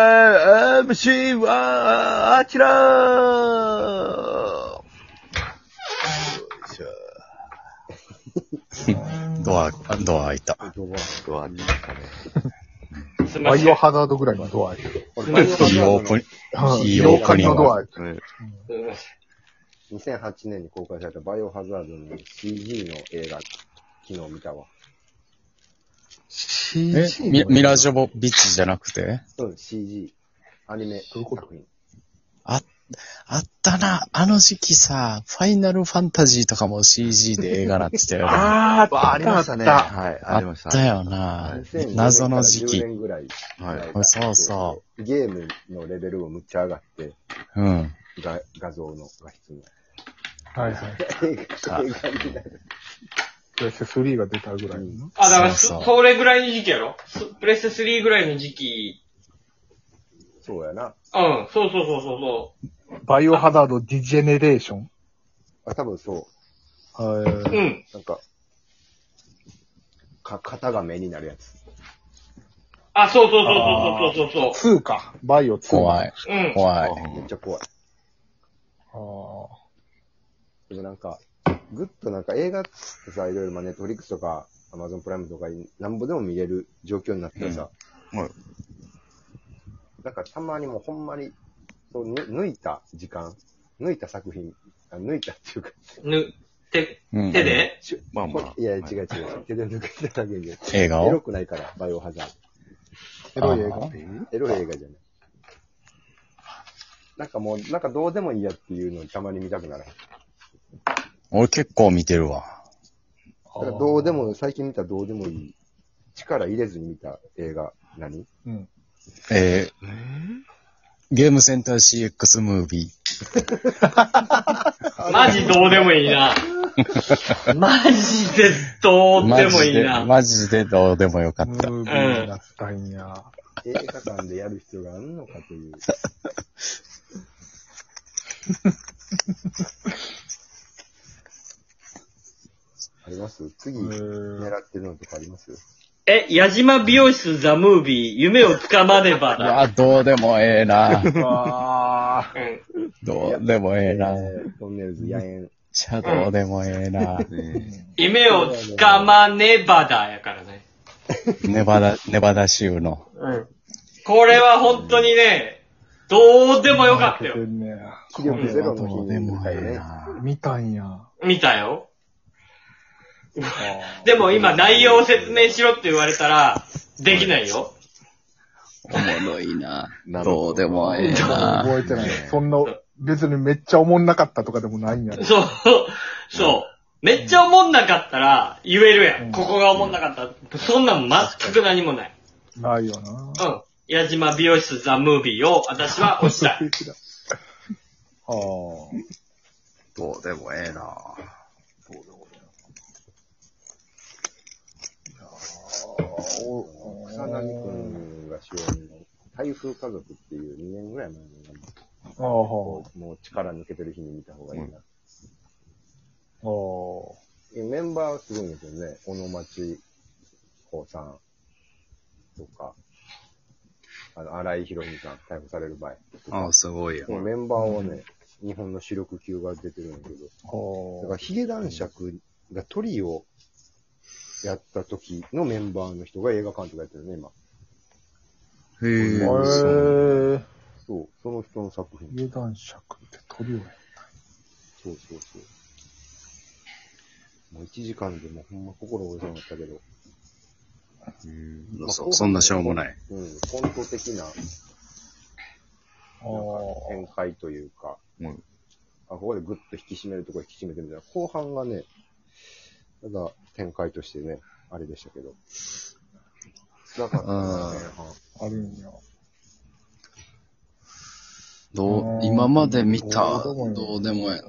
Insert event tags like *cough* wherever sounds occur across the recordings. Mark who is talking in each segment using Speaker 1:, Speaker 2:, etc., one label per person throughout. Speaker 1: 4MC は、あちらよいしょ
Speaker 2: ドア、ドア開いた。
Speaker 1: ドアにかね。
Speaker 3: すみ
Speaker 4: バ
Speaker 3: ま
Speaker 4: イオ
Speaker 3: せん。
Speaker 4: ハザードぐらいのドアやけど。
Speaker 3: バイオハザ
Speaker 2: いい
Speaker 3: ー
Speaker 2: オ
Speaker 3: ド
Speaker 2: ープン、
Speaker 4: うん
Speaker 2: いいオープニング
Speaker 4: 洋館のドアやけど
Speaker 1: ね
Speaker 3: すみません
Speaker 5: 2008年に公開されたバイオハザードの CG の映画、昨日見たわ。
Speaker 2: え
Speaker 1: CG
Speaker 2: ミミラジョボビッチじゃなくて
Speaker 5: うん、CG。アニメ、作品。
Speaker 2: あったな、あの時期さ、ファイナルファンタジーとかも CG で映画なってたよね。あ
Speaker 1: あー、ありましたね。はい、ありました。
Speaker 2: ったよな
Speaker 5: 2004年、から
Speaker 2: 謎の時
Speaker 5: 10
Speaker 2: 期。
Speaker 5: 年ぐらい。。
Speaker 1: はい。
Speaker 2: そうそう
Speaker 5: ゲームのレベルもむっちゃ上がって、
Speaker 2: うん。
Speaker 5: 画画像の画質も。
Speaker 4: はい
Speaker 5: 映
Speaker 4: はい。
Speaker 5: 画映画みたいな。
Speaker 4: プレステ3が出たぐらいの。
Speaker 3: あ、だから
Speaker 2: そう
Speaker 3: そ、
Speaker 2: そう
Speaker 3: それぐらいの時期やろそプレステ3ぐらいの時期。
Speaker 5: そうやな。
Speaker 3: うん、そうそうそうそうそ
Speaker 4: バイオハザードディジェネレーション。
Speaker 5: あ、多分そう。
Speaker 3: う。う
Speaker 4: は
Speaker 3: ん。
Speaker 5: なんか、か、型が目になるやつ。
Speaker 3: あ、そうそうそうそうそうそう
Speaker 4: い。2か。バイオ2。
Speaker 2: 怖
Speaker 4: い。
Speaker 2: い、
Speaker 3: そう。うん。
Speaker 2: 怖い。
Speaker 5: めっちゃ怖い。
Speaker 4: あー
Speaker 5: でもなんか、ぐっとなんか映画ってさ、いろいろまあネットフリックスとか、アマゾンプライムとかになんぼでも見れる状況になってさ、
Speaker 1: うんはい
Speaker 5: なんかたまにもうほんまに、そう、ぬ抜いた時間、抜いた作品、あ抜いたっていうか、
Speaker 3: ぬ、手、
Speaker 2: うん
Speaker 3: 手で
Speaker 5: しゅ
Speaker 1: まあまあ。
Speaker 5: いや、違う違う、手で抜けただけで、
Speaker 2: 映画
Speaker 5: エロ
Speaker 2: を
Speaker 5: くないから、バイオハザー
Speaker 4: エロい映画。
Speaker 2: あ
Speaker 5: ド。エロい映画じゃない。なんかもう、なんかどうでもいいやっていうのをたまに見たくなる。
Speaker 2: 俺結構見てるわ。
Speaker 5: だからどうでも、最近見たどうでもいい。力入れずに見た映画、何
Speaker 4: うん。
Speaker 2: えーゲームセンター CX ムービー。
Speaker 3: マジどうでもいいな。マジでどうで
Speaker 2: マ
Speaker 3: も
Speaker 2: ジ
Speaker 3: いい
Speaker 2: で、
Speaker 3: な。
Speaker 2: マジでどうでもよかっ
Speaker 4: ム
Speaker 2: た。
Speaker 4: ービーになったんや。
Speaker 5: 映画館でやる必要があるのかという。 *laughs* あります次、
Speaker 4: う
Speaker 5: 狙
Speaker 4: ーん
Speaker 5: ってるのとかあります
Speaker 3: え、矢島美容室ザムービー、夢をつかまねば
Speaker 2: い
Speaker 3: だ。
Speaker 2: *laughs* や、どうでもええな。
Speaker 4: あ
Speaker 3: うん。
Speaker 2: どうでもええな。
Speaker 5: ートンネルズ、野猿。
Speaker 2: ちゃどうでもええな。
Speaker 1: ね
Speaker 3: 夢をつかまねばだやからね。
Speaker 2: ネバダ、ネバダ州の。
Speaker 3: うん。これは本当にね、どうでもよかった
Speaker 4: ー
Speaker 3: よ。
Speaker 4: ね
Speaker 5: 気力ゼロの
Speaker 2: ど
Speaker 5: 日
Speaker 2: うで
Speaker 5: に見
Speaker 2: も
Speaker 5: たよ
Speaker 2: ええ
Speaker 5: ね。
Speaker 2: な。
Speaker 4: 見たんや。
Speaker 3: 見たよ。でも今内容を説明しろって言われたら、できないよ。
Speaker 2: おもろいな。
Speaker 1: なるほ
Speaker 2: どうでもええな。
Speaker 4: 覚えてない。そんな、別にめっちゃおもんなかったとかでもないんや。
Speaker 3: そう、そう。めっちゃおもんなかったら言えるやん。ここがおもんなかった。そんなん全く何もない。
Speaker 4: ないよな。
Speaker 3: うん。矢島美容室ザ・ムービーを私は推したい。
Speaker 4: ああ。
Speaker 1: どうでもええな。
Speaker 5: 草薙くんが主演の台風家族っていう2年ぐらい前の映
Speaker 4: ああ。
Speaker 5: 画もうもう力抜けてる日に見た方がいいな。
Speaker 4: ああ。
Speaker 5: えメンバーはすごいんですよね。小野町子さんとか、あの、荒井博文さん、逮捕される前。
Speaker 2: ああ、すごいよ。
Speaker 5: このメンバーはね、日本の主力級が出てるんだけど、だからヒゲ男爵がトリをやった時のメンバーの人が映画監督やってるね、今。
Speaker 2: へ
Speaker 4: へ
Speaker 2: え。
Speaker 4: え。
Speaker 5: そう、その人の作品。
Speaker 4: 家男爵って鳥をや。
Speaker 5: そうそうそう。もう1時間でもうほんま心折れそうになったけど、
Speaker 2: そそんなしょうもない。
Speaker 5: うん、コント的な
Speaker 4: あ
Speaker 5: なんか展開というか、
Speaker 1: うん
Speaker 5: あここでぐっと引き締めるところ引き締めてみたいな、後半がね、ただ展開としてね、あれでしたけど。だから、
Speaker 2: あ
Speaker 5: 前半
Speaker 4: あ、あるんや。
Speaker 2: ど
Speaker 4: う、
Speaker 2: うん今まで見た、
Speaker 4: どうでもいい
Speaker 2: どうでもええ。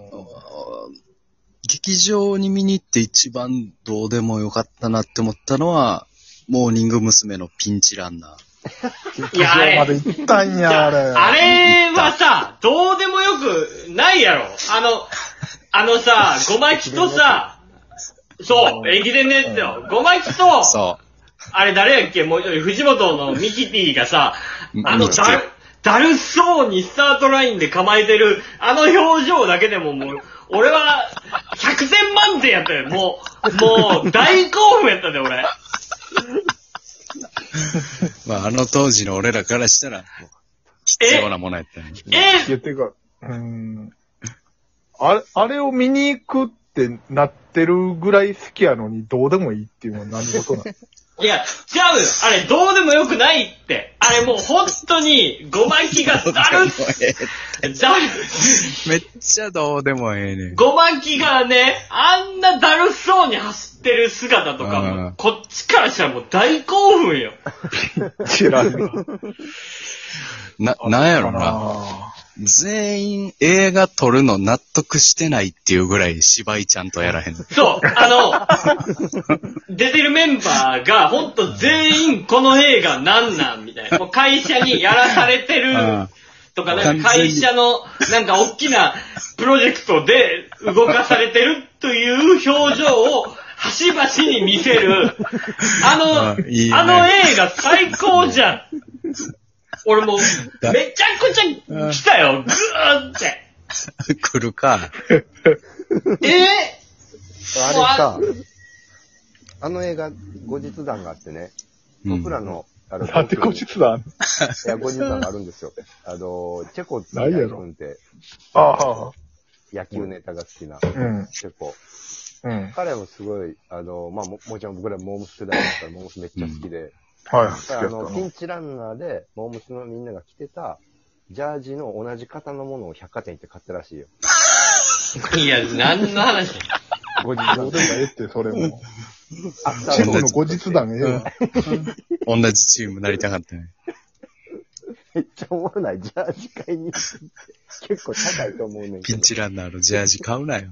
Speaker 2: 劇場に見に行って一番どうでもよかったなって思ったのは、モーニング娘。のピンチランナー。
Speaker 3: いや、
Speaker 4: 劇場ま
Speaker 3: あれ
Speaker 4: で、行ったんや、あれ。
Speaker 3: あれはさ、どうでもよくないやろ。あの、あの *laughs* さ、ごまきとさ、そう、駅伝のやつよ。ごまきと、
Speaker 2: そう。
Speaker 3: あれ誰やっけもう一人、藤本のミキティがさ、あの
Speaker 2: ミキテ
Speaker 3: だ
Speaker 2: ィ
Speaker 3: る、だるそうにスタートラインで構えてる、あの表情だけでももう、俺は、100点満点やったよ。もう、もう、大興奮やったで、俺。
Speaker 2: まあ、あの当時の俺らからしたら、もう必要なものやったよね。
Speaker 4: い
Speaker 3: え
Speaker 4: や、てか、うーん。あれ、あれを見に行くってなってるぐらい好きやのに、どうでもいいっていうのは何事なの
Speaker 3: いや、ちゃうよ。あれ、どうでもよくないって。あれもう、本当に、ごまきがだるっ
Speaker 2: *laughs*
Speaker 3: す、だる、
Speaker 2: めっちゃどうでもええねん。
Speaker 3: ごまきがね、あんなだるそうに走ってる姿とか
Speaker 2: う
Speaker 3: も
Speaker 2: ん、
Speaker 3: こっちからしたらもう大興奮よ。
Speaker 4: 知らんが。
Speaker 2: な、なんやろな。
Speaker 4: あ
Speaker 2: 全員映画撮るの納得してないっていうぐらい芝居ちゃんとやらへん。
Speaker 3: そう、あの、出てるメンバーが、ほんと全員この映画なんなんみたい
Speaker 2: *laughs*
Speaker 3: な。もう会社にやらされてる
Speaker 2: うん
Speaker 3: とか、な
Speaker 2: 完全
Speaker 3: んか会
Speaker 2: に
Speaker 3: 社の、なんか大きなプロジェクトで動かされてるという表情を、端々に見せ
Speaker 2: *laughs*
Speaker 3: る。あの、
Speaker 2: うんいいね
Speaker 3: あの映画最高
Speaker 2: *laughs*
Speaker 3: じゃん。俺もう、めちゃくちゃ来たよ。ぐーって。
Speaker 2: *laughs* 来るか。
Speaker 3: えー
Speaker 5: あれさ、あの映画、後日談があってね、
Speaker 2: うん
Speaker 5: 僕らの、あの
Speaker 4: ーなんでこじつだ
Speaker 5: いや、後日談があるんですよ。あの、チェコって
Speaker 4: ないやろ
Speaker 5: 君って
Speaker 4: ああ、
Speaker 5: 野球ネタが好きな、
Speaker 4: うん、
Speaker 5: チェコ。
Speaker 4: うん。
Speaker 5: 彼もすごい、あの、まあ、ももちろん僕らモームス世代ですから、モームスめっちゃ好きで、
Speaker 4: はい、好
Speaker 5: だ
Speaker 4: き
Speaker 5: か
Speaker 4: や
Speaker 5: ら
Speaker 4: っ
Speaker 5: あ
Speaker 4: た
Speaker 5: の、
Speaker 4: な
Speaker 5: ピンチランナーで、モームスのみんなが着てた、ジャージの同じ型のものを百貨店行って買ったらしいよ。
Speaker 3: いや、何の話
Speaker 5: 後日
Speaker 4: ど
Speaker 5: 談
Speaker 4: うでもええって、それも。
Speaker 5: あった
Speaker 4: チェコの後日談ええわ。
Speaker 2: 同じチームなりたかったね。
Speaker 5: めっちゃおもろない。ジャージ買いに行って結構高いと思うねんけ
Speaker 2: ピ
Speaker 5: ど
Speaker 2: ン。チランナーのジャージ買うなよ。
Speaker 3: い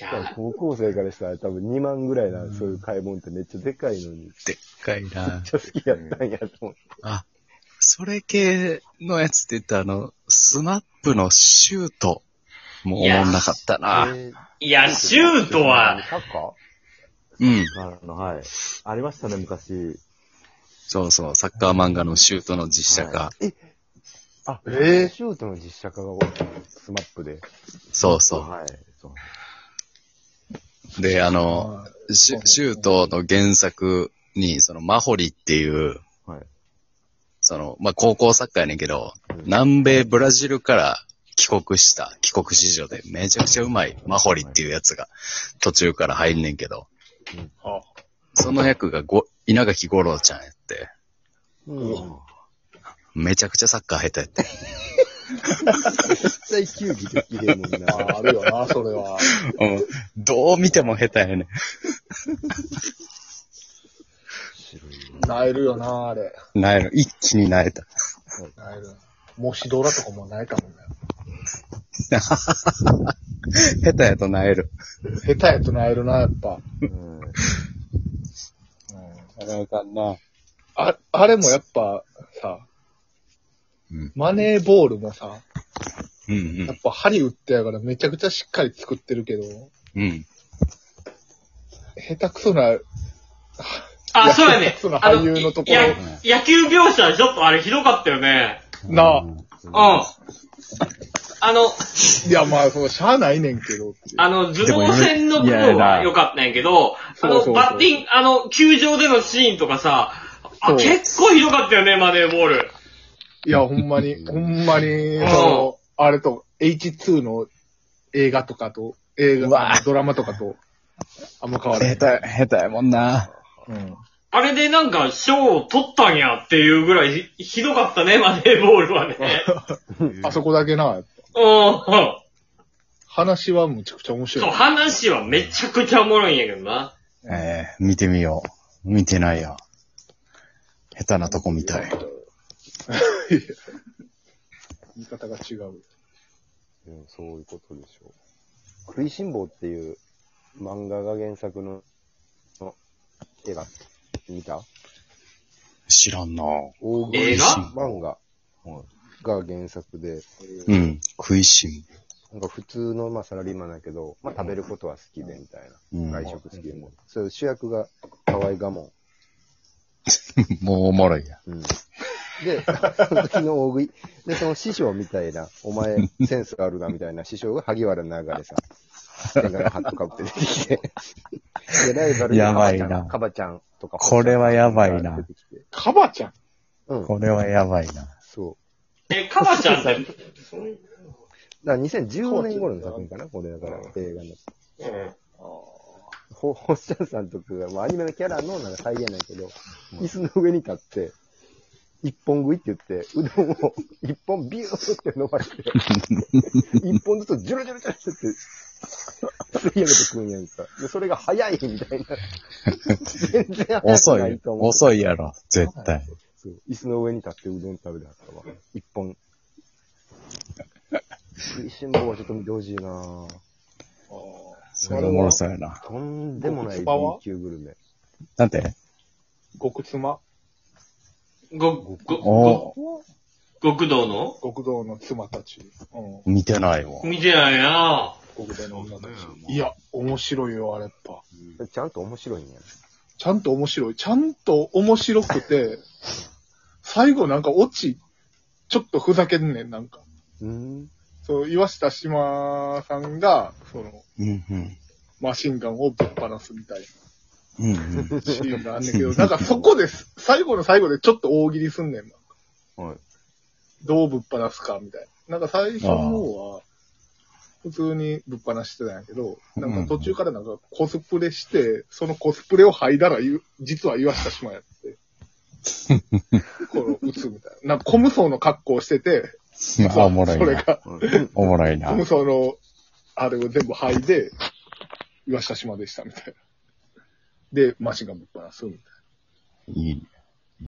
Speaker 3: や
Speaker 5: 高校生からしたら多分2万ぐらいな、そういう買い物ってめっちゃでかいのに、めっ
Speaker 2: でっかいな。
Speaker 5: ちゃ好きやったんやと思って。
Speaker 2: あ、それ系のやつって言ったらあの、スマップのシュートもおもんなかったな。
Speaker 5: えー
Speaker 3: いや、シュートは、
Speaker 5: サッカ
Speaker 2: うん。
Speaker 5: ーあの、はい。ありましたね、昔。
Speaker 2: そうそう、サッカー漫画のシュートの実写化。
Speaker 5: はいえあ、
Speaker 4: えー
Speaker 5: シュートの実写化がスマップで。
Speaker 2: そうそ
Speaker 5: はい。そう
Speaker 2: う。で、あの、シュシュートの原作に、その、マホリっていう、
Speaker 5: はい。
Speaker 2: その、まあ、高校サッカーやねんけど、
Speaker 5: ん
Speaker 2: 南米ブラジルから帰国した、帰国子女で、めちゃくちゃうまい、マホリっていうやつが、途中から入んねんけど、
Speaker 4: あ
Speaker 2: その役がご、稲垣吾郎ちゃんやって、
Speaker 5: うん。
Speaker 2: めちゃくちゃサッカー下手やって。
Speaker 5: 絶対球技できへんもんな。
Speaker 4: あるよな、それは。
Speaker 2: うんどう見ても下手やねん。
Speaker 4: なえるよな、あれ。
Speaker 2: なえる。一気になえた。
Speaker 4: なえる。もしドラとかもなえたもんね。
Speaker 2: 下手やとなえる。
Speaker 4: 下手やとなえるな、やっぱ。
Speaker 5: うん
Speaker 2: あれかんな。
Speaker 4: あ、あれもやっぱさ、
Speaker 2: うん
Speaker 4: マネーボールもさ、
Speaker 2: うん
Speaker 4: やっぱハリウッドやからめちゃくちゃしっかり作ってるけど、
Speaker 2: うん。うん。
Speaker 4: 下手くそな、
Speaker 3: あ、そうやね。
Speaker 4: その俳優のところ
Speaker 3: あのや野球描写ちょっとあれひどかったよね。
Speaker 4: なあ、
Speaker 3: うん。あの、
Speaker 4: いやまあ、その、しゃあないねんけどっていう
Speaker 3: あの、頭脳戦の部分は良かったんやけど、あ
Speaker 4: そうそうそ
Speaker 3: の、
Speaker 4: う
Speaker 3: バッティング、あの、球場でのシーンとかさ、あ
Speaker 4: そう
Speaker 3: 結構ひどかったよね、マネーボール。
Speaker 4: いや、ほんまに、ほんまに、
Speaker 3: ん
Speaker 4: その、あれと、H2 の映画とかと、映
Speaker 2: う
Speaker 4: 画
Speaker 2: わ、
Speaker 4: ドラマとかと、あんま変わらない。
Speaker 2: 下手、下手やもんな。
Speaker 4: うん。
Speaker 3: あれでなんか賞を取ったんやっていうぐらいひひどかったね、マネーボールはね。
Speaker 4: あそこだけな、
Speaker 3: うん。
Speaker 4: 話はむちゃくちゃ面白
Speaker 3: そう、
Speaker 4: い。
Speaker 3: 話はめちゃくちゃおもろいんやけどな。
Speaker 2: ええ見てみよう。見てないや。下手なとこ見たい。
Speaker 4: 言い方が違う。
Speaker 5: うんそういうことでしょう。食いしん坊っていう漫画が原作のの映画見た
Speaker 2: 知らんな
Speaker 5: 大食
Speaker 3: 映
Speaker 5: い
Speaker 3: 画
Speaker 5: 漫画が原作で、
Speaker 2: うん。食いしん。
Speaker 5: なんか普通のまあサラリーマンだけど、まあ食べることは好きでみたいな。
Speaker 2: うん
Speaker 5: 外食好きでも。そう主役が河合我門
Speaker 2: もうおもろいや。
Speaker 5: うん。
Speaker 6: *laughs*
Speaker 5: で、その時の大食い。で、その師匠みたいな、お前センスあるなみたいな師匠が萩原流れさん。天下のハットかぶって出てきて。で、ライバルに
Speaker 6: やばいな
Speaker 5: カバちゃんとか。
Speaker 6: これはやばいな
Speaker 5: 出てきて
Speaker 4: カバちゃん。
Speaker 5: うん。
Speaker 6: これはやばいな。
Speaker 5: そう。
Speaker 3: え、カバちゃんって、そん
Speaker 5: だから2015年頃の作品かな、これだから、映画の。
Speaker 3: うん
Speaker 5: ほ、 *laughs* ほっしゃんさんとかが、まあ、アニメのキャラのなんか再現ないけど、椅子の上に立って、一本食いって言って、うどんを一本ビューって伸ばして、
Speaker 6: *laughs*
Speaker 5: 一本ずつジュルジュルジュルって、吸い上げて食うんやんか。で、それが早い
Speaker 6: *laughs*
Speaker 5: みたいな。全然早くない
Speaker 6: 遅い、
Speaker 5: と思う。
Speaker 6: 遅いやろ、絶対。
Speaker 5: そう椅子の上に立ってうどん食べてはったわ。一本。食いしん坊はちょっと見てほしいなぁ。
Speaker 6: それおもろそうやな。
Speaker 5: とんでもない B
Speaker 4: 僕は
Speaker 5: 級グルメ。
Speaker 6: なんて
Speaker 4: 極妻。
Speaker 3: ご、ご、
Speaker 6: お
Speaker 3: ご、極道の
Speaker 4: 極道の妻たち。うん。
Speaker 6: 見てないわ。
Speaker 3: 見てないな
Speaker 4: 極道の女たち。いや、面白いよ、あれやっぱ。
Speaker 5: ちゃんと面白いんや。
Speaker 4: ちゃんと面白い。ちゃんと面白くて、最後なんかオチ、ちょっとふざけんねん、なんか。
Speaker 5: うん。
Speaker 4: そう、岩下島さんが、その、
Speaker 6: うんうん。
Speaker 4: マシンガンをぶっ放すみたい
Speaker 6: うん *laughs* うん。
Speaker 4: なシーンがあんねんけど、なんかそこです、最後の最後でちょっと大喜利すんねんな。
Speaker 5: はい。
Speaker 4: どうぶっ放すか、みたいな。なんか最初の方は、普通にぶっ放してたんやけど、なんか途中からなんかコスプレして、そのコスプレを剥いだらゆ、実は岩下島やって。この、打つみたいな。なんか、コムソの格好をしてて、
Speaker 6: あ、おもろい
Speaker 4: それ
Speaker 6: な。
Speaker 4: が、
Speaker 6: おもろいな
Speaker 4: コ。ムソの、あれを全部剥いで、岩下島でしたみたいな。で、マシンガンぶっ放すみたい
Speaker 6: いいね。